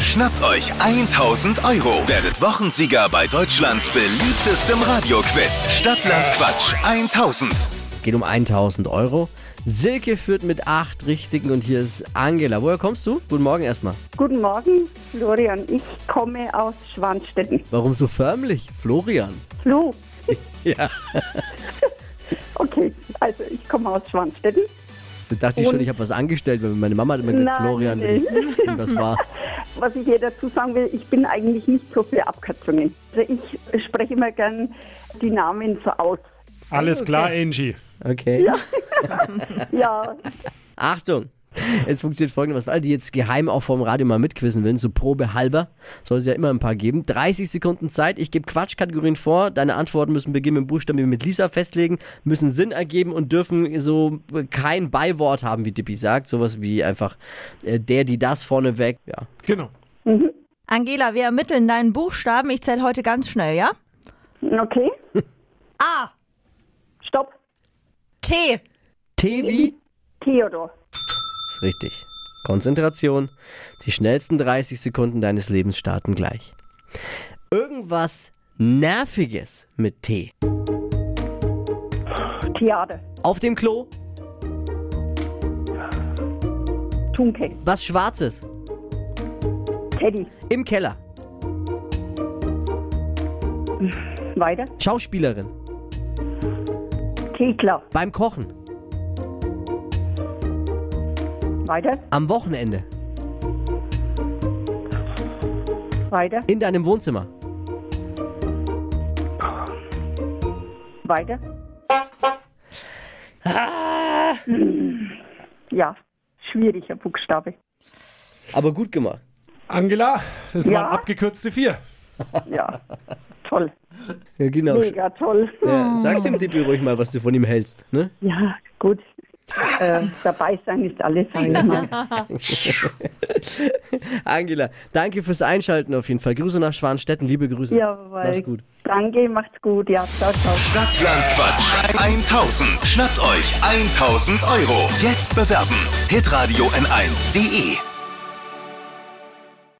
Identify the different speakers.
Speaker 1: Schnappt euch 1000 Euro. Werdet Wochensieger bei Deutschlands beliebtestem Radioquiz. Stadtland Quatsch 1000.
Speaker 2: Geht um 1000 Euro. Silke führt mit acht Richtigen und hier ist Angela. Woher kommst du? Guten Morgen erstmal.
Speaker 3: Guten Morgen, Florian. Ich komme aus Schwanstetten.
Speaker 2: Warum so förmlich? Florian.
Speaker 3: Flo,
Speaker 2: Ja.
Speaker 3: okay, also ich komme aus Schwanstetten.
Speaker 2: Da dachte ich schon, ich habe was angestellt, weil meine Mama hat immer gesagt,
Speaker 3: Nein,
Speaker 2: Florian, wenn
Speaker 3: nicht.
Speaker 2: irgendwas war.
Speaker 3: Was ich hier dazu sagen will, ich bin eigentlich nicht so für Abkürzungen. Also ich spreche immer gern die Namen so aus.
Speaker 4: Alles klar, Angie.
Speaker 2: Okay.
Speaker 3: Ja,
Speaker 2: Achtung! Es funktioniert folgendermaßen. Für alle, die jetzt geheim auch vom Radio mal mitquissen willen, so probehalber, soll es ja immer ein paar geben. 30 Sekunden Zeit, ich gebe Quatschkategorien vor. Deine Antworten müssen beginnen mit Buchstaben, die wir mit Lisa festlegen, müssen Sinn ergeben und dürfen so kein Beiwort haben, wie Dippy sagt. Sowas wie einfach äh, der, die, das vorneweg. Ja.
Speaker 4: Genau.
Speaker 5: Angela, wir ermitteln deinen Buchstaben. Ich zähle heute ganz schnell, ja?
Speaker 3: okay.
Speaker 5: A,
Speaker 3: Stopp,
Speaker 5: T,
Speaker 2: T wie?
Speaker 3: Theodor.
Speaker 2: Ist richtig. Konzentration. Die schnellsten 30 Sekunden deines Lebens starten gleich. Irgendwas Nerviges mit T.
Speaker 3: Theater.
Speaker 2: Auf dem Klo
Speaker 3: Tunke.
Speaker 2: was Schwarzes.
Speaker 3: Teddy.
Speaker 2: Im Keller.
Speaker 3: Weiter.
Speaker 2: Schauspielerin.
Speaker 3: Thekla.
Speaker 2: Beim Kochen.
Speaker 3: Weiter.
Speaker 2: Am Wochenende.
Speaker 3: Weiter.
Speaker 2: In deinem Wohnzimmer.
Speaker 3: Weiter.
Speaker 2: Ah.
Speaker 3: Mm. Ja, schwieriger Buchstabe.
Speaker 2: Aber gut gemacht.
Speaker 4: Angela, es
Speaker 3: Ja?
Speaker 4: waren abgekürzte vier.
Speaker 3: Ja, toll.
Speaker 2: Ja, genau.
Speaker 3: Mega toll.
Speaker 2: Ja, sag's dem Dippi ruhig mal, was du von ihm hältst. Ne?
Speaker 3: Ja, gut. Äh, dabei sein ist alles, sag ich mal.
Speaker 2: Angela, danke fürs Einschalten auf jeden Fall. Grüße nach Schwanstetten, liebe Grüße.
Speaker 3: Jawohl.
Speaker 2: Mach's gut.
Speaker 3: Danke, macht's gut. Ja, ciao, ciao.
Speaker 1: Stadtland Quatsch 1000. Schnappt euch 1000 Euro. Jetzt bewerben. Hitradio N1.de